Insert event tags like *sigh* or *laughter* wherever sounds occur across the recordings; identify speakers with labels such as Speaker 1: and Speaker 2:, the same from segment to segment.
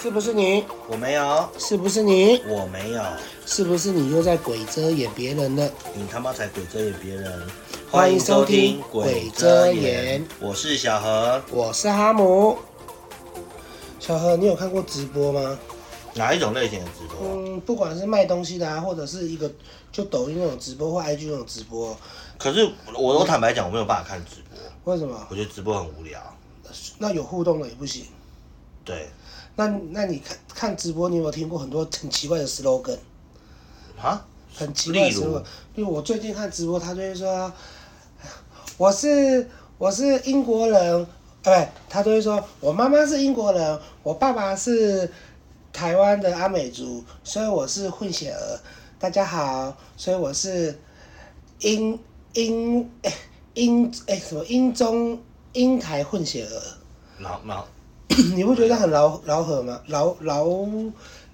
Speaker 1: 是不是你？
Speaker 2: 我没有，
Speaker 1: 是不是你？
Speaker 2: 我没有，
Speaker 1: 是不是你又在鬼遮掩别人了？
Speaker 2: 你他妈才鬼遮眼别人！
Speaker 1: 欢迎收听
Speaker 2: 欢迎
Speaker 1: 鬼遮眼
Speaker 2: 我是小何。
Speaker 1: 我是哈姆。小何，你有看过直播吗？
Speaker 2: 哪一种类型的直播？啊
Speaker 1: 嗯，不管是卖东西的啊，或者是一个就抖音那种直播或 IG 那种直播，
Speaker 2: 可是我我坦白讲，我没有办法看直播，
Speaker 1: 为什么？
Speaker 2: 我觉得直播很无聊。
Speaker 1: 那有互动的也不行。
Speaker 2: 对，
Speaker 1: 那那你看看直播，你有没有听过很多很奇怪的 slogan？
Speaker 2: 啊，
Speaker 1: 很奇怪的
Speaker 2: 例如
Speaker 1: slogan。因为我最近看直播，他就会说我是我是英国人，哎，他都会说我妈妈是英国人，我爸爸是台湾的阿美族，所以我是混血儿。大家好，所以我是英英哎英哎什么英中英台混血儿。
Speaker 2: 然后然后
Speaker 1: 你不觉得很老老狠吗？老老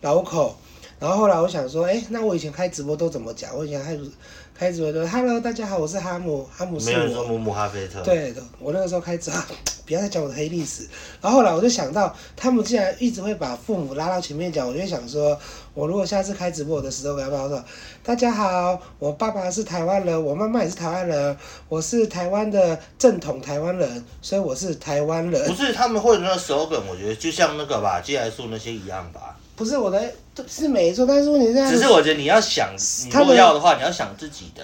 Speaker 1: 老口。然后后来我想说，哎，那我以前开直播都怎么讲？我以前开直开直播都是 “Hello，大家好，我是哈姆，哈姆是
Speaker 2: 没有人说
Speaker 1: 我。
Speaker 2: 姆姆哈菲特。，
Speaker 1: 对”的，我那个时候开直播，不要再讲我的黑历史。然后后来我就想到，他们竟然一直会把父母拉到前面讲，我就想说，我如果下次开直播的时候，我要不要说：“大家好，我爸爸是台湾人，我妈妈也是台湾人，我是台湾的正统台湾人，所以我是台湾人。”
Speaker 2: 不是他们会有那个 slogan，我觉得就像那个吧，寄来素那些一样吧。
Speaker 1: 不是我的，是没错，但是问题是他
Speaker 2: 只是我觉得你要想，
Speaker 1: 啊
Speaker 2: 你
Speaker 1: 他
Speaker 2: 如
Speaker 1: 们
Speaker 2: 果要的话，你要想自己的。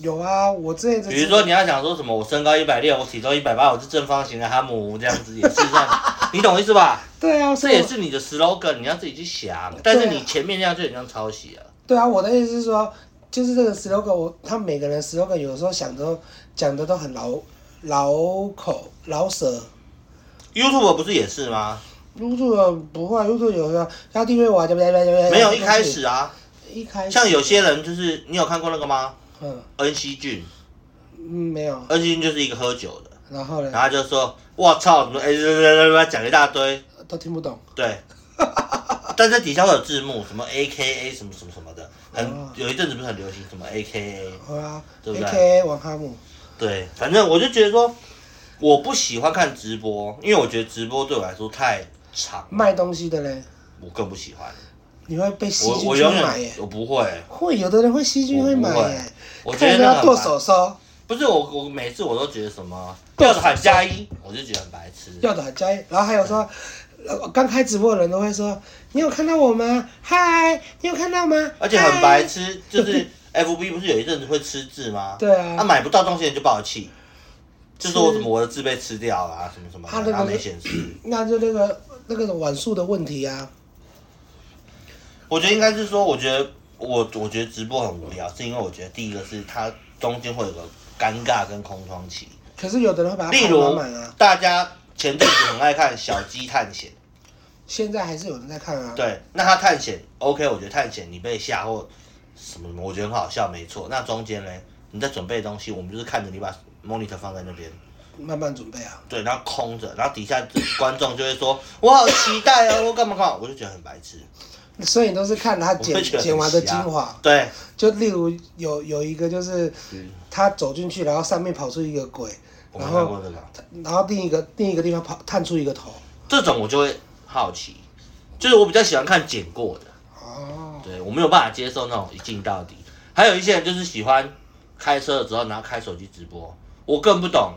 Speaker 1: 有啊，我之前的
Speaker 2: 比如说你要想说什么，我身高一百六，我体重一百八，我是正方形的哈姆这样子，也是算， *laughs* 你懂意思吧？
Speaker 1: 对啊，
Speaker 2: 这
Speaker 1: 所以
Speaker 2: 也
Speaker 1: 我
Speaker 2: 是你的 slogan，你要自己去想。但是你前面那样就很像抄袭了。
Speaker 1: 对啊，我的意思是说，就是这个 slogan，我他们每个人 slogan 有时候想的讲的都很老老口老舌。
Speaker 2: YouTube 不是也是吗？
Speaker 1: YouTube 不会，YouTube 有时候要订阅我啊，对不对？对不对
Speaker 2: 没有一开，始啊，
Speaker 1: 一开始
Speaker 2: 像有些人就是你有看过那个吗？
Speaker 1: 嗯
Speaker 2: 恩熙俊，
Speaker 1: 嗯没有，
Speaker 2: 恩熙俊就是一个喝酒的，
Speaker 1: 然后呢
Speaker 2: 然后他就说我操，你们哎哎哎哎讲一大堆，
Speaker 1: 都听不懂， *laughs*
Speaker 2: 对。但在底下会有字幕，什么 A K A 什么什么什么的，
Speaker 1: 哦
Speaker 2: 很有一阵子不是很流行什么 A K A，
Speaker 1: 好啊
Speaker 2: 对不对
Speaker 1: a K A 王哈姆，
Speaker 2: 对，反正我就觉得说，我不喜欢看直播，因为我觉得直播对我来说太长，
Speaker 1: 卖东西的嘞，
Speaker 2: 我更不喜欢。
Speaker 1: 你会被细
Speaker 2: 我
Speaker 1: 菌
Speaker 2: 我
Speaker 1: 去
Speaker 2: 永
Speaker 1: 买耶
Speaker 2: 远，我不会，
Speaker 1: 会有的人会细菌会买
Speaker 2: 我不会
Speaker 1: 耶，
Speaker 2: 我觉
Speaker 1: 看
Speaker 2: 得
Speaker 1: 着
Speaker 2: 那
Speaker 1: 要
Speaker 2: 个很
Speaker 1: 剁
Speaker 2: 白
Speaker 1: 手手。
Speaker 2: 不是我我每次我都觉得什么
Speaker 1: 剁
Speaker 2: 要
Speaker 1: 手
Speaker 2: 喊加一，我就觉得很白痴。
Speaker 1: 要的很加一，然后还有说，呃刚开直播的人都会说，你有看到我吗？嗨，你有看到吗？
Speaker 2: 而且很白
Speaker 1: 嗨。
Speaker 2: 痴，就是 F B 不是有一阵子会吃字吗？
Speaker 1: 对
Speaker 2: 他、
Speaker 1: 啊，
Speaker 2: 买不到东西人就爆气，就说我
Speaker 1: 吃
Speaker 2: 什么我的字被吃掉啦、什么什么
Speaker 1: 他那
Speaker 2: 的，
Speaker 1: 个
Speaker 2: 然后没显示。
Speaker 1: 那就那个那个网速的问题啊，
Speaker 2: 我觉得应该是说，我觉得我我觉得直播很无聊，是因为我觉得第一个是它中间会有个尴尬跟空窗期，
Speaker 1: 可是有的人会把它
Speaker 2: 例
Speaker 1: 看
Speaker 2: 如
Speaker 1: 满满啊，
Speaker 2: 大家前阵子很爱看《小鸡探险》。
Speaker 1: 现在还是有人在看啊。
Speaker 2: 对，那他探险 OK，我觉得探险你被吓或什么，我觉得很好笑，没错。那中间呢，你在准备东西，我们就是看着你把 monitor 放在那边，
Speaker 1: 慢慢准备啊。
Speaker 2: 对，然后空着，然后底下就观众就会说，我好期待哦，我干嘛干嘛，我就觉得很白痴。
Speaker 1: 所以你都是看他
Speaker 2: 我
Speaker 1: 剪
Speaker 2: 会觉得很
Speaker 1: 剪完的精
Speaker 2: 瞎
Speaker 1: 华，
Speaker 2: 对，
Speaker 1: 就例如有有一个就是
Speaker 2: 嗯
Speaker 1: 他走进去，然后上面跑出一个鬼，
Speaker 2: 我没
Speaker 1: 然
Speaker 2: 看
Speaker 1: 后
Speaker 2: 过这个，
Speaker 1: 然后另一个另一个地方跑探出一个头。
Speaker 2: 这种我就会好奇，就是我比较喜欢看剪过的，
Speaker 1: 哦，
Speaker 2: 对我没有办法接受那种一镜到底。还有一些人就是喜欢开车的时候，然后开手机直播，我更不懂。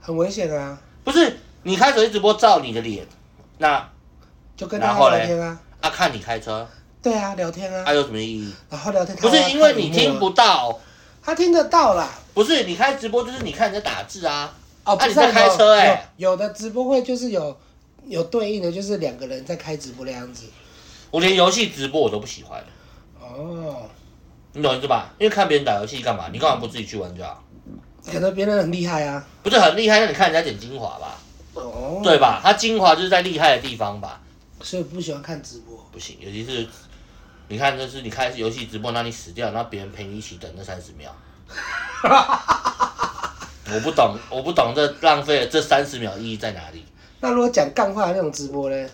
Speaker 1: 很危险啊，
Speaker 2: 不是你开手机直播照你的脸，那
Speaker 1: 就跟大
Speaker 2: 然后
Speaker 1: 家聊
Speaker 2: 嘞
Speaker 1: 天啊。
Speaker 2: 啊看你开车，
Speaker 1: 对啊，聊天啊
Speaker 2: 它、，有什么意义？
Speaker 1: 然后聊天。
Speaker 2: 不是因为你听不，到，
Speaker 1: 他听得到啦。
Speaker 2: 不是你开直播就是你看人家打字啊，
Speaker 1: 哦，
Speaker 2: 啊
Speaker 1: 不
Speaker 2: 你
Speaker 1: 是啊
Speaker 2: 在开车
Speaker 1: 有
Speaker 2: 欸
Speaker 1: 有有的直播会就是有有对应的，就是两个人在开直播的样子。
Speaker 2: 我连游戏直播我都不喜欢，
Speaker 1: 哦，
Speaker 2: 你懂意思吧？因为看别人打游戏干嘛？你干嘛不自己去玩就好？
Speaker 1: 可能别人很厉害啊。
Speaker 2: 不是很厉害？那你看人家剪精华吧，
Speaker 1: 哦，，
Speaker 2: 对吧？他精华就是在厉害的地方吧？
Speaker 1: 所以不喜欢看直播。
Speaker 2: 不行，尤其是你看，就是你开游戏直播，那你死掉，然后别人陪你一起等那三十秒。 *laughs* 我不懂，我不懂这浪费了这三十秒意义在哪里？
Speaker 1: 那如果讲干话的那种直播呢？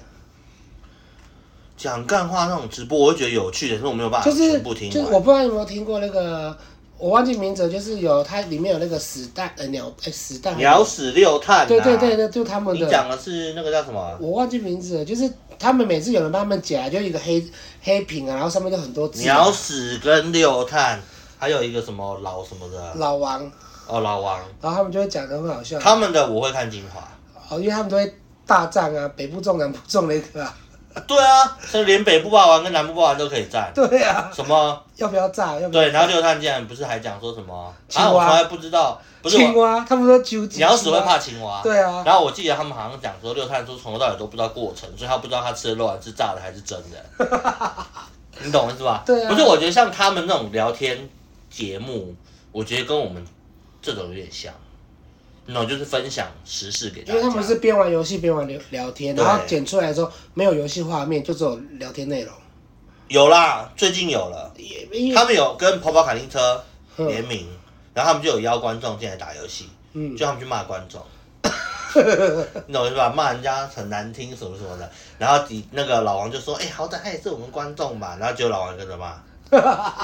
Speaker 2: 讲干话那种直播，我会觉得有趣的，可是我没有办法
Speaker 1: 就是
Speaker 2: 啊全部听
Speaker 1: 就是
Speaker 2: 完。
Speaker 1: 我不知道你有没有听过那个我忘记名字了，就是有它里面有那个死蛋呃鸟哎死蛋
Speaker 2: 鸟屎六探、啊，
Speaker 1: 对对对对，就他们
Speaker 2: 你
Speaker 1: 的。
Speaker 2: 讲的是那个叫什么？
Speaker 1: 我忘记名字了，就是他们每次有人帮他们夹，就一个黑黑瓶啊，然后上面就很多字。
Speaker 2: 鸟屎跟六探，还有一个什么老什么的
Speaker 1: 老王，
Speaker 2: 哦，老王，
Speaker 1: 然后他们就会讲的很好笑。
Speaker 2: 他们的我会看精华。
Speaker 1: 哦，因为他们都会大战啊，北部中南部中那个啊。 *laughs*
Speaker 2: 对啊，所以连北部霸王跟南部霸王都可以站。
Speaker 1: 对啊，
Speaker 2: 什么？
Speaker 1: 要不要炸？要不要？
Speaker 2: 对，然后六探竟然不是还讲说什么？
Speaker 1: 青
Speaker 2: 啊，
Speaker 1: 蛙
Speaker 2: 我从来不知道，不是
Speaker 1: 青
Speaker 2: 我，
Speaker 1: 蛙，他们说九只。
Speaker 2: 鸟屎会怕青蛙。
Speaker 1: 对啊，
Speaker 2: 然后我记得他们好像讲说，六探说从头到尾都不知道过程，所以他不知道他吃的肉丸是炸的还是蒸的。
Speaker 1: *laughs*
Speaker 2: 你懂我意思吧？
Speaker 1: 对啊
Speaker 2: 不是，我觉得像他们那种聊天节目，我觉得跟我们这种有点像，那种就是分享时事给大
Speaker 1: 因
Speaker 2: 家。
Speaker 1: 为他们是边玩游戏边玩聊聊天，然后
Speaker 2: 对
Speaker 1: 剪出来之后没有游戏画面，就只有聊天内容。
Speaker 2: 有啦，最近有了，
Speaker 1: 也因为
Speaker 2: 他们有跟跑跑卡丁车
Speaker 1: 嗯
Speaker 2: 联名，然后他们就有邀观众进来打游戏，
Speaker 1: 嗯，
Speaker 2: 就他们去骂观众。 *laughs* 你懂我意思吧？骂人家很难听什么什么的，然后底那个老王就说：“哎、好歹他也是我们观众吧。”然后结果老王跟着
Speaker 1: *laughs*
Speaker 2: 骂，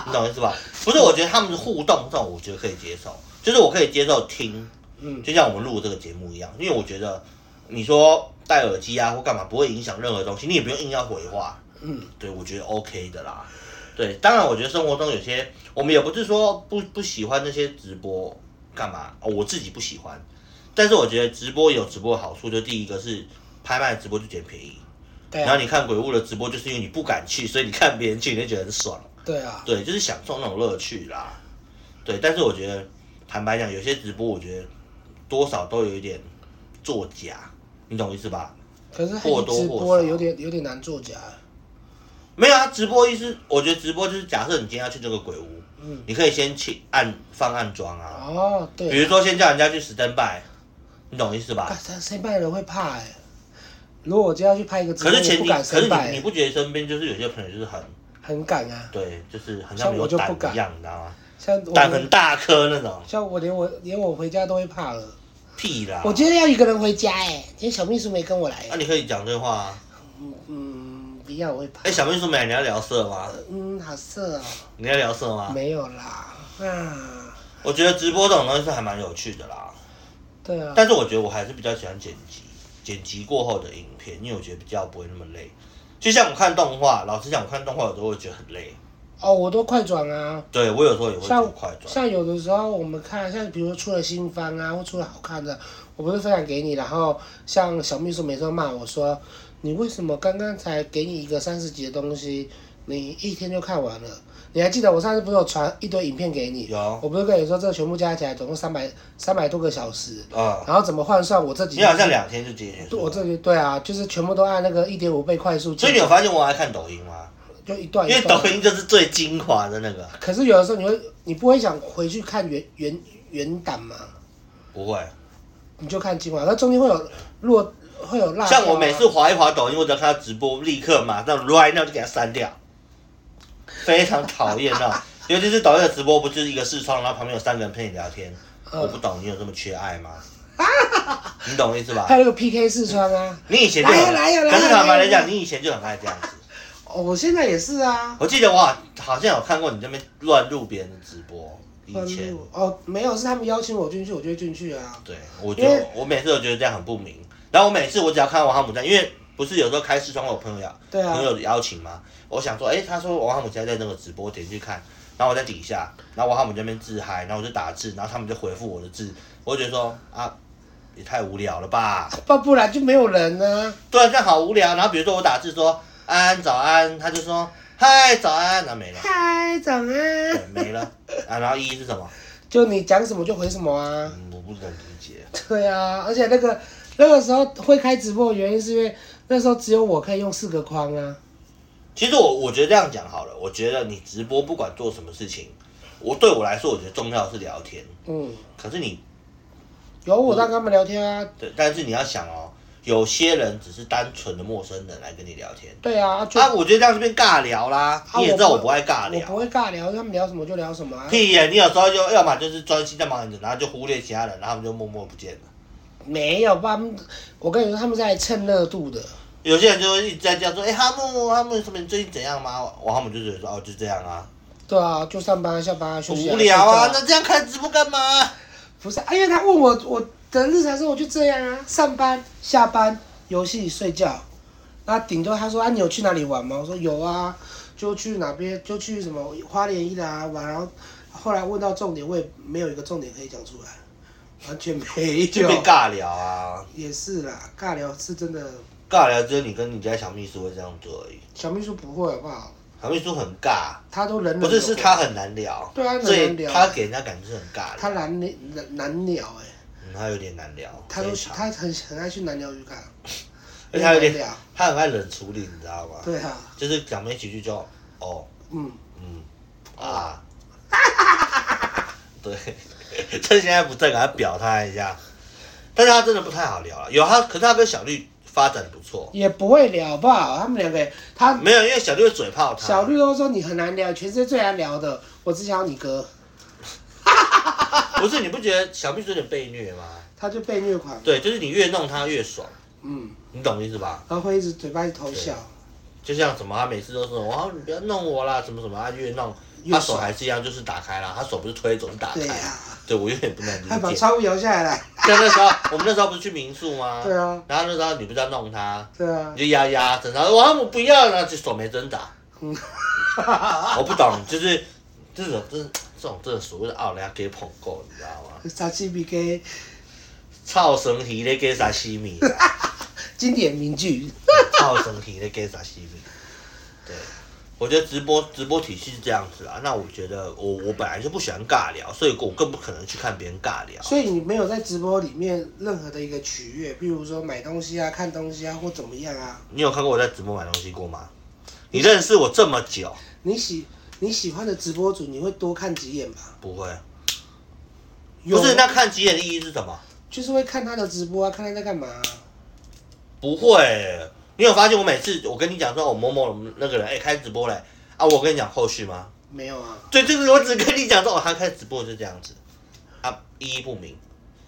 Speaker 2: 你懂我意思吧？不是，我觉得他们的互动这种，我觉得可以接受，就是我可以接受听，
Speaker 1: 嗯
Speaker 2: 就像我们录这个节目一样，因为我觉得你说戴耳机啊或干嘛不会影响任何东西，你也不用硬要回话，
Speaker 1: 嗯，
Speaker 2: 对我觉得 OK 的啦。对，当然我觉得生活中有些我们也不是说不不喜欢那些直播干嘛、哦，我自己不喜欢，但是我觉得直播有直播的好处，就第一个是拍卖直播就捡便宜，
Speaker 1: 对
Speaker 2: 然
Speaker 1: 啊
Speaker 2: 后，你看鬼屋的直播就是因为你不敢去，所以你看别人去你就觉得很爽，
Speaker 1: 对啊，
Speaker 2: 对，就是享受那种乐趣啦。对，但是我觉得坦白讲，有些直播我觉得多少都有一点作假，你懂我意思吧？
Speaker 1: 可是他
Speaker 2: 或
Speaker 1: 一
Speaker 2: 多或
Speaker 1: 直播了，
Speaker 2: 少
Speaker 1: 有点有点难作假。
Speaker 2: 没有啊，直播意思，我觉得直播就是假设你今天要去这个鬼屋，
Speaker 1: 嗯，
Speaker 2: 你可以先去按放暗装啊，
Speaker 1: 哦，
Speaker 2: 比
Speaker 1: 对，
Speaker 2: 如说先叫人家去 stand by，你懂意思
Speaker 1: 啊
Speaker 2: 吧？，
Speaker 1: 他身边的人会怕哎。如果我今天要去拍一个直
Speaker 2: 可
Speaker 1: 播，
Speaker 2: 是
Speaker 1: 我
Speaker 2: 前
Speaker 1: 不
Speaker 2: 提，
Speaker 1: 敢
Speaker 2: 可是
Speaker 1: 身
Speaker 2: 你你
Speaker 1: 摆，
Speaker 2: 不觉得身边就是有些朋友就是很
Speaker 1: 很敢啊。
Speaker 2: 对，就是很
Speaker 1: 像
Speaker 2: 像没有
Speaker 1: 我就
Speaker 2: 胆
Speaker 1: 不敢
Speaker 2: 一样，你知道吗？
Speaker 1: 像我
Speaker 2: 胆
Speaker 1: 们
Speaker 2: 很大颗那种，
Speaker 1: 像我连我连我回家都会怕了。
Speaker 2: 屁啦！
Speaker 1: 我今天要一个人回家哎、今天小秘书没跟我来、
Speaker 2: 那、你可以讲这话啊。
Speaker 1: 嗯嗯，不要我会怕
Speaker 2: 哎、。小秘书妹，你要聊色吗？
Speaker 1: 嗯，好色哦、
Speaker 2: 你要聊色吗？
Speaker 1: 没有啦，啊，
Speaker 2: 我觉得直播这种东西是还蛮有趣的啦，
Speaker 1: 对啊，
Speaker 2: 但是我觉得我还是比较喜欢剪辑，剪辑过后的影片，因为我觉得比较不会那么累。就像我看动画，老实讲，我看动画有时候会觉得很累，
Speaker 1: 哦，我都快转啊。
Speaker 2: 对我有时候也会觉得
Speaker 1: 像
Speaker 2: 快转。
Speaker 1: 像有的时候我们看，像比如说出了新番啊，或出了好看的，我不是分享给你，然后像小秘书每次都骂我说，你为什么刚刚才给你一个三十集的东西，你一天就看完了？你还记得我上次不是有传一堆影片给你？
Speaker 2: 有
Speaker 1: 我不是跟你说，这个全部加起来总共三百三百多个小时，
Speaker 2: 啊、
Speaker 1: 然后怎么换算？我这几
Speaker 2: 你好像两天就结
Speaker 1: 对
Speaker 2: 束
Speaker 1: 我
Speaker 2: 了。
Speaker 1: 这里对啊，就是全部都按那个一点五倍快速进，
Speaker 2: 所以你有发现我爱看抖音吗？
Speaker 1: 就一段
Speaker 2: 因
Speaker 1: 一
Speaker 2: 为抖
Speaker 1: 段。
Speaker 2: 音就是最精华的那个。
Speaker 1: 可是有的时候你会，你不会想回去看原原原档嘛？
Speaker 2: 不会，
Speaker 1: 你就看精华，那中间会有落会有落、啊
Speaker 2: 像我每次滑一滑抖音，我只要看到直播，立刻马上 right now 就给它删掉，非常讨厌
Speaker 1: *laughs*
Speaker 2: 那种。尤其是抖音的直播，不就是一个视窗，然后旁边有三个人陪你聊天？
Speaker 1: 嗯
Speaker 2: 我不懂，你有这么缺爱吗？你懂我意思吧
Speaker 1: 还？有那个 PK 四川啊，
Speaker 2: 你以前就很
Speaker 1: 来呀来呀来呀
Speaker 2: 可是坦白来
Speaker 1: 来呀
Speaker 2: 讲，你以前就很爱这样子。
Speaker 1: 哦，我现在也是啊。
Speaker 2: 我记得我好好像有看过你这边乱入别人的直播，以前
Speaker 1: 哦，没有，是他们邀请我进去，我就进去啊。
Speaker 2: 对，我就
Speaker 1: 因为
Speaker 2: 我每次都觉得这样很不明。然后我每次我只要看王哈姆在，因为不是有时候开视窗我有朋友邀、
Speaker 1: 对啊
Speaker 2: 朋友邀请嘛，我想说，哎、他说王哈姆现在在那个直播，我点进去看，然后我在底下，然后王哈姆这边自嗨，然后我就打字，然后他们就回复我的字，我就觉得说啊，也太无聊了吧？
Speaker 1: 不不然就没有人呢、
Speaker 2: 对啊，这样好无聊。然后比如说我打字说安安早安，他就说嗨早安，那没了，
Speaker 1: 嗨，早
Speaker 2: 对
Speaker 1: 安。
Speaker 2: 没了啊。然后意义是什么？
Speaker 1: 就你讲什么就回什么啊。
Speaker 2: 嗯，我不能理解。
Speaker 1: 对啊，而且那个那个时候会开直播的原因是因为那时候只有我可以用四个框啊。
Speaker 2: 其实我我觉得这样讲好了，我觉得你直播不管做什么事情，我对我来说，我觉得重要的是聊天。
Speaker 1: 嗯，
Speaker 2: 可是你
Speaker 1: 有我在跟他们聊天啊。
Speaker 2: 对，但是你要想哦，有些人只是单纯的陌生人来跟你聊天，
Speaker 1: 对啊，就、
Speaker 2: 啊，我觉得这样就变尬聊啦。
Speaker 1: 啊
Speaker 2: 你也知道
Speaker 1: 我
Speaker 2: 我
Speaker 1: 不
Speaker 2: 不爱尬
Speaker 1: 我不
Speaker 2: 聊，
Speaker 1: 会尬聊，他们聊什么就聊什么、啊。
Speaker 2: 屁耶、你有时候就要么就是专心在忙你的，然后就忽略其他人，然后他们就默默不见了。
Speaker 1: 没有吧？他们我跟你说，他们是来蹭热度的。
Speaker 2: 有些人就会一直在这样说，哎、哈姆，哈姆，什么你最近怎样吗？我哈姆就觉得说，哦，就这样啊，
Speaker 1: 对啊，就上班、下班、休息、
Speaker 2: 无聊啊，
Speaker 1: 睡觉
Speaker 2: 那这样开直播干嘛？
Speaker 1: 不是，啊因为他问我我的日常生活就这样啊，上班、下班、游戏、睡觉。那顶多他说啊，你有去哪里玩吗？我说有啊，就去哪边，就去什么花莲一啊玩。然后后来问到重点，我也没有一个重点可以讲出来，啊完全没 *laughs*
Speaker 2: *laughs* 就被
Speaker 1: 有。
Speaker 2: 尬聊啊，
Speaker 1: 也是啦，尬聊是真的，
Speaker 2: 尬聊只有你跟你家小秘书会这样做而已。
Speaker 1: 小秘书不会好不好？
Speaker 2: 小秘书很尬，
Speaker 1: 他都人人
Speaker 2: 不是
Speaker 1: 有
Speaker 2: 是
Speaker 1: 会
Speaker 2: 他很难聊，
Speaker 1: 对啊很
Speaker 2: 所
Speaker 1: 难
Speaker 2: 以
Speaker 1: 聊
Speaker 2: 他给人家感觉是很尬
Speaker 1: 他
Speaker 2: 的，
Speaker 1: 难难难聊哎、
Speaker 2: 嗯他有点难聊，
Speaker 1: 他都
Speaker 2: 非常
Speaker 1: 他很很爱去南寮渔港，
Speaker 2: 而且他
Speaker 1: 难
Speaker 2: 有点
Speaker 1: 聊
Speaker 2: 他很爱冷处理，你知道吗？
Speaker 1: 对啊，
Speaker 2: 就是讲没几句就哦
Speaker 1: 嗯，
Speaker 2: 嗯
Speaker 1: *laughs*
Speaker 2: 啊，对，趁现在不在，给他表态一下，但是他真的不太好聊了，有他，可是他跟小绿发展得不错，
Speaker 1: 也不会聊吧？他们两个，他
Speaker 2: 没有，因为小绿会嘴炮他，
Speaker 1: 小绿都说你很难聊，全世界最难聊的，我只想要你哥，
Speaker 2: 不是你不觉得小秘书有点被虐吗？
Speaker 1: 他就被虐狂，
Speaker 2: 对，就是你越弄他越爽，
Speaker 1: 嗯，
Speaker 2: 你懂意思吧？
Speaker 1: 然后会一直嘴巴一直偷笑，
Speaker 2: 就像什么，他每次都说，哇，你不要弄我啦，什么什么，他越弄，
Speaker 1: 越
Speaker 2: 他
Speaker 1: 爽
Speaker 2: 手还是一样，就是打开啦，他手不是推，总是打开。
Speaker 1: 对呀
Speaker 2: 对我有点不能理
Speaker 1: 还把
Speaker 2: 解。
Speaker 1: 窗户摇下来，
Speaker 2: 像那时候，我们那时候不是去民宿吗？
Speaker 1: 对啊，
Speaker 2: 然后那时候你不是要弄他，
Speaker 1: 对啊
Speaker 2: 你，就压压着，然后哇，我不要了，就手没
Speaker 1: *laughs*
Speaker 2: 挣扎。
Speaker 1: 嗯，
Speaker 2: 我不懂，就是这种这这种这种所谓的奥莱啊给捧够，你知道吗？
Speaker 1: 傻气比给
Speaker 2: 操神鱼咧给啥西米，
Speaker 1: 经典名句，
Speaker 2: 操神鱼咧给啥西米。对，我觉得直播直播体系是这样子啊。那我觉得我我本来就不喜欢尬聊，所以我更不可能去看别人尬聊。
Speaker 1: 所以你没有在直播里面任何的一个取悦，比如说买东西啊、看东西啊或怎么样啊，
Speaker 2: 你有看过我在直播买东西过吗？你认识我这么久，
Speaker 1: 你喜你喜欢的直播主，你会多看几眼吧？
Speaker 2: 不会？
Speaker 1: 有
Speaker 2: 不是，那看几眼的意义是什么？
Speaker 1: 就是会看他的直播啊，看他在干嘛、啊。
Speaker 2: 不会，你有发现我每次我跟你讲说我某某那个人哎、开直播嘞啊，我跟你讲后续吗？
Speaker 1: 没有啊，
Speaker 2: 对，就是我只跟你讲说哦，他开直播就这样子，啊，意义不明，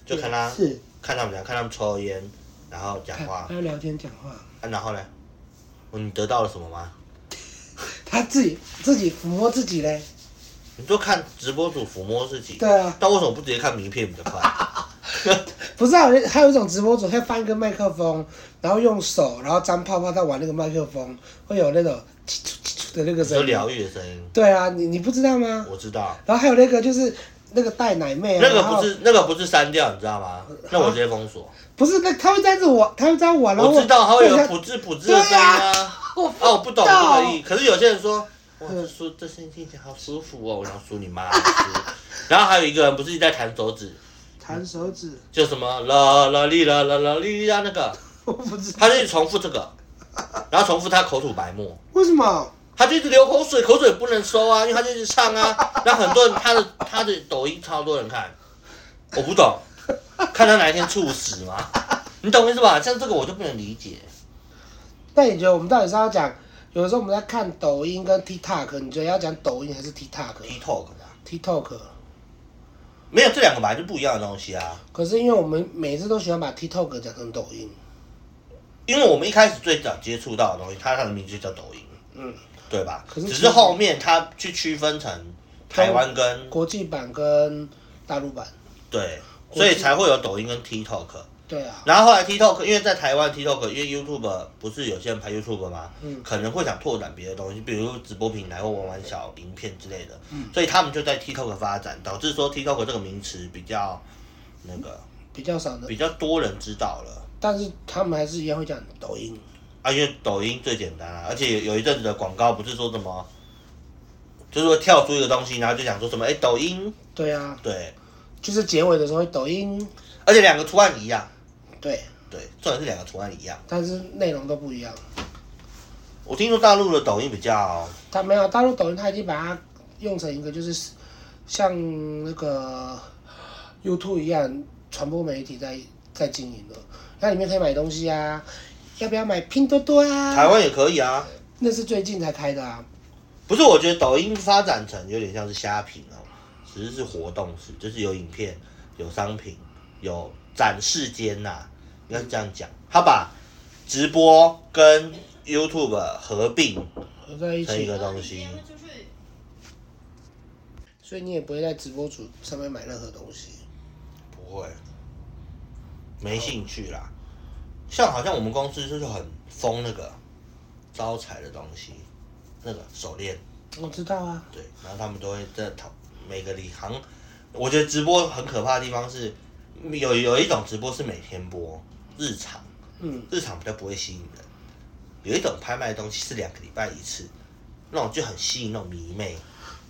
Speaker 2: 就看他
Speaker 1: 是
Speaker 2: 看他们讲，看他们抽烟，然后讲
Speaker 1: 看
Speaker 2: 话，
Speaker 1: 他聊天讲话，
Speaker 2: 啊、然后呢，你得到了什么吗？
Speaker 1: 他自己自己抚摸自己嘞。
Speaker 2: 你就看直播主抚摸自己，
Speaker 1: 对啊，
Speaker 2: 但为什么不直接看名片比较快？
Speaker 1: 不是啊，有人还有一种直播主会放一个麦克风，然后用手，然后粘泡泡在玩那个麦克风，会有那种叽啾叽啾的那个
Speaker 2: 就
Speaker 1: 声音。
Speaker 2: 疗愈的声音，
Speaker 1: 对啊，你你不知道吗？
Speaker 2: 我知道。
Speaker 1: 然后还有那个就是那个带奶妹啊，
Speaker 2: 那个
Speaker 1: 然后
Speaker 2: 不是那个不是删掉，你知道吗？那我直接封锁。
Speaker 1: 不是那他会这样子玩，他会这样玩，然后
Speaker 2: 我知道它会有
Speaker 1: 我
Speaker 2: 噗嗤噗嗤的声音啊。
Speaker 1: 我
Speaker 2: 啊，我不懂这个意
Speaker 1: 思。
Speaker 2: 可是有些人说，哇，
Speaker 1: 嗯
Speaker 2: 这舒这声音听起来好舒服哦，我想舒你妈的舒。然后还有一个人不是一直在弹手指，
Speaker 1: 弹手指， *laughs*
Speaker 2: 就什么啦啦哩啦啦啦哩啦那个，
Speaker 1: 我不知道
Speaker 2: 他就一直重复这个，然后重复他口吐白沫，
Speaker 1: 为什么。
Speaker 2: 他就一直流口水，口水也不能收啊，因为他就一直唱啊。然后很多人他的他的抖音超多人看，我不懂，看他哪一天猝死吗？你懂我意思吧？像这个我就不能理解。
Speaker 1: 那你觉得我们到底是要讲？有的时候我们在看抖音跟 TikTok，你觉得要讲抖音还是
Speaker 2: TikTok 吧，
Speaker 1: TikTok？TikTok，
Speaker 2: 没有这两个本来就不一样的东西啊。
Speaker 1: 可是因为我们每次都喜欢把 TikTok 讲成抖音，
Speaker 2: 因为我们一开始最早接触到的东西，它它的名字就叫抖音，
Speaker 1: 嗯，
Speaker 2: 对吧？
Speaker 1: 可是
Speaker 2: 只
Speaker 1: 其
Speaker 2: 是
Speaker 1: 实
Speaker 2: 后面它去区分成台湾跟
Speaker 1: 国际版跟大陆版，
Speaker 2: 对，
Speaker 1: 国际
Speaker 2: 所以才会有抖音跟 TikTok。
Speaker 1: 对啊，
Speaker 2: 然后后来 TikTok，因为在台湾 TikTok，因为 YouTube 不是有些人拍 YouTube 吗？
Speaker 1: 嗯
Speaker 2: 可能会想拓展别的东西，比如直播平台或玩玩小影片之类的。所以他们就在 TikTok 发展，导致说 TikTok 这个名词比较那个
Speaker 1: 比较少的，
Speaker 2: 比较多人知道了。
Speaker 1: 但是他们还是一样会讲抖音。
Speaker 2: 啊，因为抖音最简单啊，而且有一阵子的广告不是说什么，就是说跳出一个东西，然后就想说什么，哎、抖音，
Speaker 1: 对啊，
Speaker 2: 对，
Speaker 1: 就是结尾的时候会抖音，
Speaker 2: 而且两个图案一样，
Speaker 1: 对，
Speaker 2: 对，重点是两个图案一样。
Speaker 1: 但是内容都不一样。
Speaker 2: 我听说大陆的抖音比较，
Speaker 1: 他没有大陆抖音，他已经把它用成一个就是像那个 YouTube 一样传播媒体在在经营了。那里面可以买东西啊，要不要买拼多多
Speaker 2: 台
Speaker 1: 啊？
Speaker 2: 湾也可以啊，
Speaker 1: 那是最近才开的啊。
Speaker 2: 不是？我觉得抖音发展成有点像是虾品哦，只是是活动式，就是有影片、有商品、有展示间呐、应该是这样讲。他把直播跟 YouTube 合并
Speaker 1: 合在一
Speaker 2: 成一
Speaker 1: 起
Speaker 2: 个东西。
Speaker 3: 就是
Speaker 1: 所以你也不会在直播主上面买任何东西。
Speaker 2: 不会，没兴趣啦。像好像我们公司就是很疯那个招财的东西，那个手链，
Speaker 1: 我知道啊，
Speaker 2: 对，然后他们都会在讨每个里行。我觉得直播很可怕的地方是，有有一种直播是每天播日常，
Speaker 1: 嗯，
Speaker 2: 日常比较不会吸引人。有一种拍卖的东西是两个礼拜一次，那种就很吸引那种迷妹。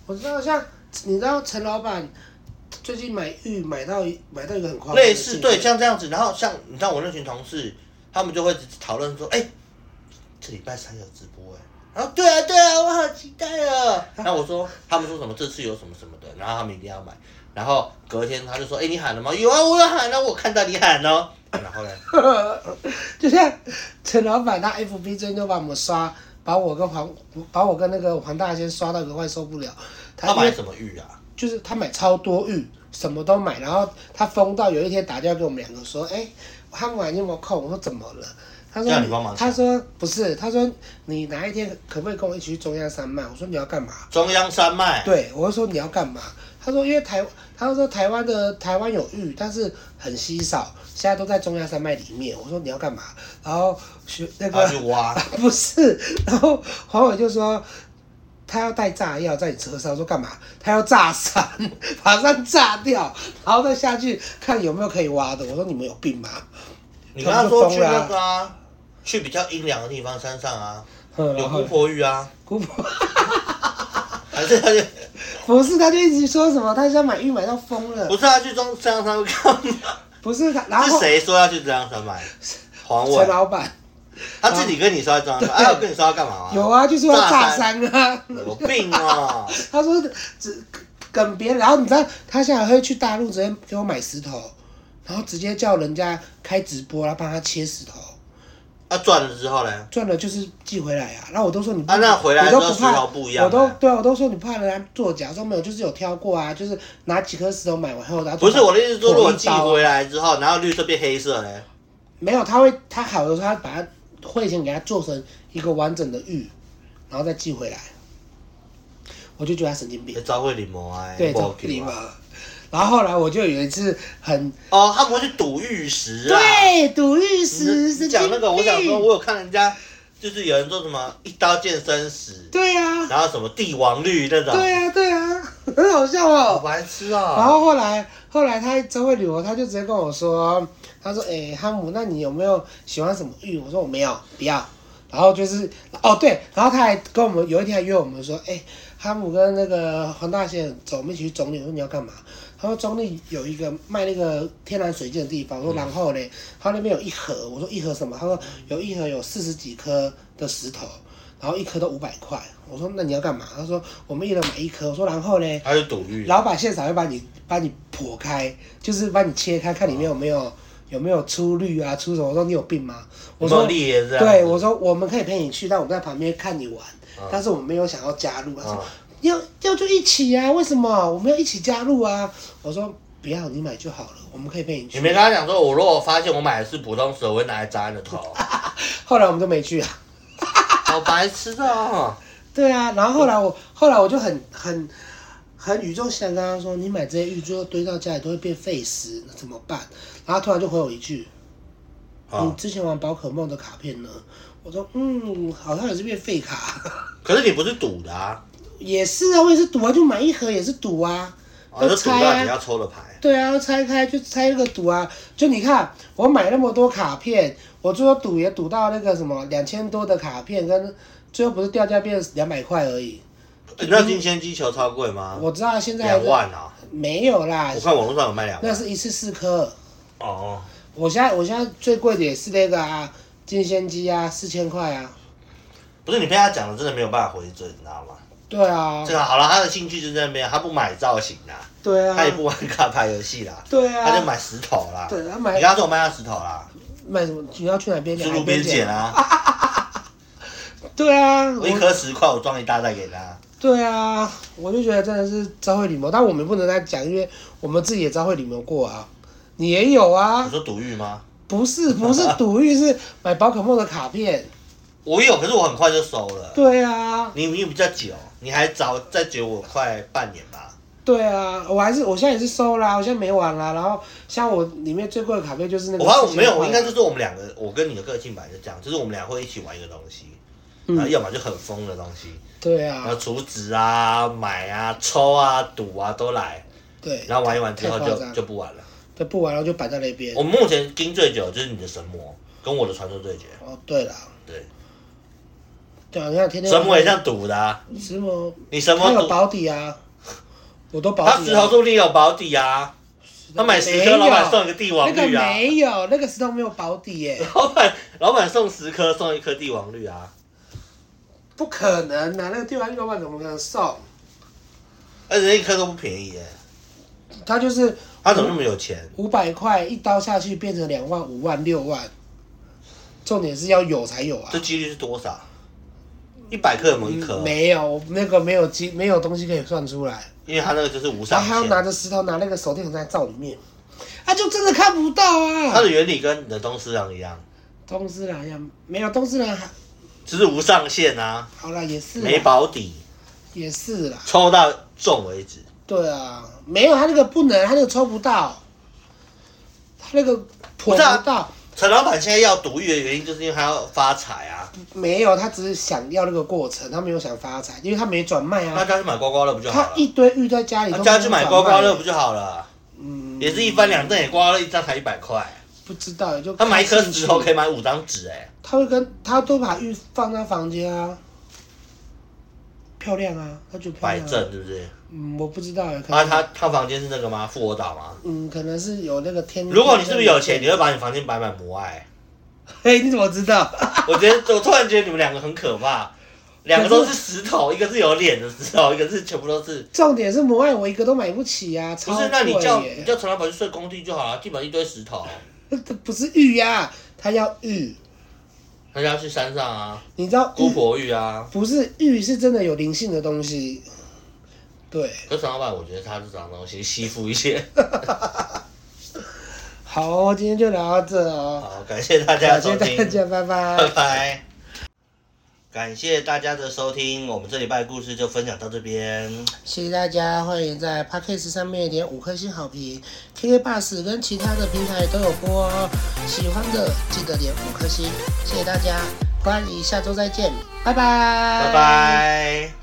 Speaker 1: 我知道，像你知道陈老板最近买玉买到一买到一个很夸张的
Speaker 2: 类
Speaker 1: 境
Speaker 2: 似
Speaker 1: 界
Speaker 2: 对，像这样子，然后像你知道我那群同事，他们就会讨论说，哎、这礼拜三有直播哎、然后对啊对啊，我好期待啊。然后我说，他们说什么这次有什么什么的，然后他们一定要买。然后隔天他就说，哎、你喊了吗？有啊，我有喊了，我看到你喊哦。然后呢，
Speaker 1: *laughs* 就像陈老板他 FB 最近都把我们刷，把我跟黄把我跟那个黄大仙刷到一个快受不了。他
Speaker 2: 他
Speaker 1: 因为
Speaker 2: 买什么玉啊？
Speaker 1: 就是他买超多玉，什么都买，然后他疯到有一天打电话给我们两个说：“哎、他们晚你有没有空？”我说：“怎么了？”他说
Speaker 2: 叫你帮忙：“抢
Speaker 1: 他说不是，他说你哪一天可不可以跟我一起去中央山脉？”我说：“你要干嘛？”
Speaker 2: 中央山脉。
Speaker 1: 对，我就说你要干嘛？他说因为台，他说台湾的台湾有玉，但是很稀少，现在都在中央山脉里面。我说你要干嘛？然后学那
Speaker 2: 他去
Speaker 1: 个
Speaker 2: 挖，
Speaker 1: 不是，然后黄伟就说他要带炸药在你车上，我说干嘛？他要炸山，把山炸掉，然后再下去看有没有可以挖的。我说你们有病
Speaker 2: *laughs*
Speaker 1: 吧？
Speaker 2: 你跟他说
Speaker 1: 他们
Speaker 2: 去
Speaker 1: 就
Speaker 2: 那
Speaker 1: 疯
Speaker 2: 个啊，去比较阴凉的地方，山上啊，
Speaker 1: 嗯
Speaker 2: 有
Speaker 1: 然后
Speaker 2: 姑婆玉啊，
Speaker 1: 姑婆
Speaker 2: 还是他就
Speaker 1: 不是，他就一直说什么他想买玉买到疯了，
Speaker 2: 不是他啊去中中央山脉干嘛？
Speaker 1: 不是他，然
Speaker 2: 是
Speaker 1: 后
Speaker 2: 谁说要去中央山脉？黄
Speaker 1: 陈
Speaker 2: 伟，
Speaker 1: 老板。
Speaker 2: 他自己跟你说要中央山脉，哎，我跟你说要干嘛吗？
Speaker 1: 有啊，就是要炸山啊！
Speaker 2: 有
Speaker 1: *laughs*
Speaker 2: 病啊！
Speaker 1: 他说只跟别人，然后你知道他现在还会去大陆直接给我买石头，然后直接叫人家开直播，然后帮他切石头，
Speaker 2: 他赚了之后呢？
Speaker 1: 赚了就是寄回来啊。然后我都说你不
Speaker 2: 啊那回来
Speaker 1: 你
Speaker 2: 之
Speaker 1: 都
Speaker 2: 后
Speaker 1: 不怕
Speaker 2: 石头不一样
Speaker 1: 我都
Speaker 2: 啊
Speaker 1: 对啊我都说你怕人家作假，说没有，就是有挑过啊，就是拿几颗石头买完后，然后
Speaker 2: 不是我的意思是说，如果寄
Speaker 1: 回。
Speaker 2: 回来之后，然后绿色变黑色呢？
Speaker 1: 啊没有，他会他好的时候，他把它汇钱给他做成一个完整的玉，然后再寄回来。我就觉得他神经病
Speaker 2: 也。哎招会临摹啊，
Speaker 1: 对，
Speaker 2: 不
Speaker 1: 找
Speaker 2: OK
Speaker 1: 礼
Speaker 2: 吗
Speaker 1: 嘛。然后后来我就有一次很、
Speaker 2: 哦，他们会去赌玉石啊。
Speaker 1: 对赌玉
Speaker 2: 你
Speaker 1: 石，
Speaker 2: 你
Speaker 1: 神
Speaker 2: 讲
Speaker 1: 经
Speaker 2: 那个，我想说，
Speaker 1: 病
Speaker 2: 我有看人家，就是有人说什么一刀见生死，
Speaker 1: 对啊，
Speaker 2: 然后什么帝王绿那种，
Speaker 1: 对啊，对啊，很好笑
Speaker 2: 好
Speaker 1: 哦。
Speaker 2: 白痴
Speaker 1: 然
Speaker 2: 啊！
Speaker 1: 后后来后来他周慧旅游，他就直接跟我说，他说：“哎、哈姆，那你有没有喜欢什么玉？”我说：“我没有，不要。”然后就是哦对，然后他还跟我们有一天还约我们说：“哎、哈姆跟那个黄大仙走，我们一起去中立。”我说：“你要干嘛？”他说中立有一个卖那个天然水晶的地方，我说然后嘞，他那边有一盒，我说一盒什么？他说有一盒有四十几颗的石头，然后一颗都五百块。我说那你要干嘛？他说我们一人买一颗。我说然后嘞，
Speaker 2: 他去赌玉，
Speaker 1: 老板现场会把你把你剖开，就是把你切开，看里面有没有有没有出绿啊，出什么？我说你有病吗？我
Speaker 2: 有
Speaker 1: 说
Speaker 2: 没有裂这样子
Speaker 1: 对，我说我们可以陪你去，但我们在旁边看你玩，
Speaker 2: 嗯
Speaker 1: 但是我们没有想要加入。他说、
Speaker 2: 嗯
Speaker 1: 要要就一起啊，为什么我们要一起加入啊？我说不要，你买就好了，我们可以陪你
Speaker 2: 你
Speaker 1: 去。
Speaker 2: 没跟他讲说，我如果发现我买的是普通蛇，我会拿来扎你的
Speaker 1: *laughs*
Speaker 2: 头，
Speaker 1: 后来我们就没去啊。 *laughs*
Speaker 2: 好白痴的哦！
Speaker 1: 对啊，然后后来我后来我就很很很语重心长跟他说，你买这些玉最后堆到家里都会变废石，那怎么办？然后他突然就回我一句。你
Speaker 2: 啊，
Speaker 1: 之前玩宝可梦的卡片呢？我说，嗯，好像也是变废卡， *laughs*
Speaker 2: 可是你不是赌的啊，
Speaker 1: 也是啊，我也是赌啊，就买一盒也是赌啊，
Speaker 2: 啊
Speaker 1: 要
Speaker 2: 就赌
Speaker 1: 拆
Speaker 2: 到你
Speaker 1: 啊，
Speaker 2: 要抽的牌，
Speaker 1: 对啊，要拆开就拆那个赌啊，就你看我买那么多卡片，我最后赌也赌到那个什么两千多的卡片，跟最后不是掉价变两百块而已，
Speaker 2: 你知道金仙击球超贵吗？
Speaker 1: 我知道现在还
Speaker 2: 啊两
Speaker 1: 是
Speaker 2: 万啊！
Speaker 1: 没有啦
Speaker 2: 我，看网络上有卖两
Speaker 1: 那
Speaker 2: 万。
Speaker 1: 是一次四颗，
Speaker 2: 哦，
Speaker 1: 我现在我现在最贵的也是那个啊，金仙鸡啊，四千块啊，
Speaker 2: 不是你被他讲的，真的没有办法回嘴，你知道吗？
Speaker 1: 对啊
Speaker 2: 这，个好了，他的兴趣就在那边，他不买造型啦，
Speaker 1: 对啊
Speaker 2: 他，也不玩卡牌游戏啦，
Speaker 1: 对啊，
Speaker 2: 他就买石头啦。
Speaker 1: 对，他
Speaker 2: 你
Speaker 1: 买
Speaker 2: 跟他说我卖他石头啦，
Speaker 1: 买什么？你要去哪边？
Speaker 2: 去路边捡
Speaker 1: 捡？
Speaker 2: 啊，
Speaker 1: 对啊，
Speaker 2: 我一
Speaker 1: 我
Speaker 2: 颗十块，我装一大袋给他。
Speaker 1: 对啊，我就觉得真的是招会礼貌，但我们不能再讲，因为我们自己也招会礼貌过啊。你也有
Speaker 2: 你
Speaker 1: 啊？
Speaker 2: 说赌玉吗？
Speaker 1: 不
Speaker 2: *laughs*
Speaker 1: 是不是赌玉，是买宝可梦的卡片。
Speaker 2: 我有，可是我很快就收了。
Speaker 1: 对啊，
Speaker 2: 你你比较久，你还早再久我快半年吧。
Speaker 1: 对啊，我还是我现在也是收啦，我现在没玩啦。然后像我里面最贵的卡片就是那个
Speaker 2: 我发现我
Speaker 1: 4000
Speaker 2: 没有，我
Speaker 1: 块
Speaker 2: 应该就是我们两个，我跟你的个性本来就这样，就是我们俩会一起玩一个东西，然后
Speaker 1: 嗯，
Speaker 2: 要么就很疯的东西，
Speaker 1: 对
Speaker 2: 啊然后
Speaker 1: 啊，
Speaker 2: 储值啊、买啊、抽啊、赌啊都来，
Speaker 1: 对，
Speaker 2: 然后玩一玩之后
Speaker 1: 太夸
Speaker 2: 就
Speaker 1: 张了
Speaker 2: 就不玩了。
Speaker 1: 对，不玩了就摆在那边
Speaker 2: 我。目前盯最久就是你的神魔跟我的传说对决，
Speaker 1: 哦，对了，
Speaker 2: 对，
Speaker 1: 对啊，你看天天
Speaker 2: 神魔也像赌的、啊，
Speaker 1: 什么，
Speaker 2: 你神魔
Speaker 1: 他有
Speaker 2: 赌，
Speaker 1: 保底啊，我都保
Speaker 2: 他
Speaker 1: 底
Speaker 2: 石头
Speaker 1: 啊。
Speaker 2: 助力有保底啊，他买十
Speaker 1: 没
Speaker 2: 颗，
Speaker 1: 有
Speaker 2: 老板送一个帝王
Speaker 1: 那个
Speaker 2: 绿啊，
Speaker 1: 没有，那个石头没有保底耶、
Speaker 2: 老板老板送十颗送一颗帝王绿啊，
Speaker 1: 不可能啊！那个帝王绿老板怎么可能送？
Speaker 2: 而且一颗都不便宜耶、
Speaker 1: 他就是
Speaker 2: 他怎么那么有钱？
Speaker 1: 五百块一刀下去变成两万、五万、六万，重点是要有才有啊
Speaker 2: 这。几率是多少？一百克有没有一颗？
Speaker 1: 没有，那个没有机，没有东西可以算出来。
Speaker 2: 因为他那个就是无
Speaker 1: 然
Speaker 2: 上
Speaker 1: 啊后还要
Speaker 2: 限，
Speaker 1: 拿着石头，拿那个手电筒在照里面，啊，就真的看不到
Speaker 2: 它
Speaker 1: 啊。
Speaker 2: 的原理跟你的东四郎一样，
Speaker 1: 东芝兰呀，没有东芝兰还
Speaker 2: 就是无上限啊，
Speaker 1: 好啦，也是啦
Speaker 2: 没保底，
Speaker 1: 也是啦，
Speaker 2: 抽到中为止。
Speaker 1: 对啊，没有他那个不能，他那个抽不到，他那个破
Speaker 2: 不
Speaker 1: 不
Speaker 2: 是啊
Speaker 1: 到，
Speaker 2: 陈老板现在要独立的原因，就是因为他要发财啊，
Speaker 1: 没有，他只是想要那个过程，他没有想发财，因为他没转卖
Speaker 2: 大
Speaker 1: 啊，
Speaker 2: 家去买刮刮乐不就好
Speaker 1: 他
Speaker 2: 了？
Speaker 1: 一堆玉在家里
Speaker 2: 大
Speaker 1: 都
Speaker 2: 家去买刮刮乐不
Speaker 1: 不，
Speaker 2: 就好了？
Speaker 1: 嗯，
Speaker 2: 也是一翻两瞪眼，刮刮乐一张才一百块，
Speaker 1: 不知道，就
Speaker 2: 他买一颗
Speaker 1: 看兴趣
Speaker 2: 石头可以买五张纸，哎，
Speaker 1: 他会跟他都把玉放在房间啊，漂亮啊，他觉得漂
Speaker 2: 摆
Speaker 1: 亮、啊。
Speaker 2: 正对不对？
Speaker 1: 嗯，我不知道耶，可能、
Speaker 2: 啊，他他房间是那个吗？富国岛吗？
Speaker 1: 嗯，可能是有那个天。
Speaker 2: 如果你是不是有钱，你会把你房间摆满摩爱？
Speaker 1: *laughs* 嘿，你怎么知道？
Speaker 2: 我觉得我突然觉得你们两个很可怕，两个都是石头，一个是有脸的石头，一个是全部都是。
Speaker 1: 重点是摩爱我一个都买不起啊，超
Speaker 2: 不
Speaker 1: 贵
Speaker 2: 是，那你叫
Speaker 1: 耶
Speaker 2: 你叫陈老板去睡工地就好了，地板一堆石头，
Speaker 1: 呃这不是玉呀、啊，它要玉，
Speaker 2: 他要去山上啊，
Speaker 1: 你知道
Speaker 2: 姑
Speaker 1: 玉
Speaker 2: 婆玉啊。
Speaker 1: 不是玉是真的有灵性的东西，对，
Speaker 2: 可是陈老板，我觉得他是长东西吸附
Speaker 1: *laughs*
Speaker 2: 一些。
Speaker 1: 好哦，今天就聊到这哦，
Speaker 2: 好，感谢大家
Speaker 1: 感
Speaker 2: 的收
Speaker 1: 谢大
Speaker 2: 听，
Speaker 1: 家，拜拜
Speaker 2: 拜。拜。感谢大家的收听，我们这礼拜的故事就分享到这边。
Speaker 1: 谢谢大家，欢迎在 Podcast 上面点五颗星好评，KK Bus 跟其他的平台都有播哦。喜欢的记得点五颗星，谢谢大家，欢迎下周再见，拜拜，
Speaker 2: 拜。拜。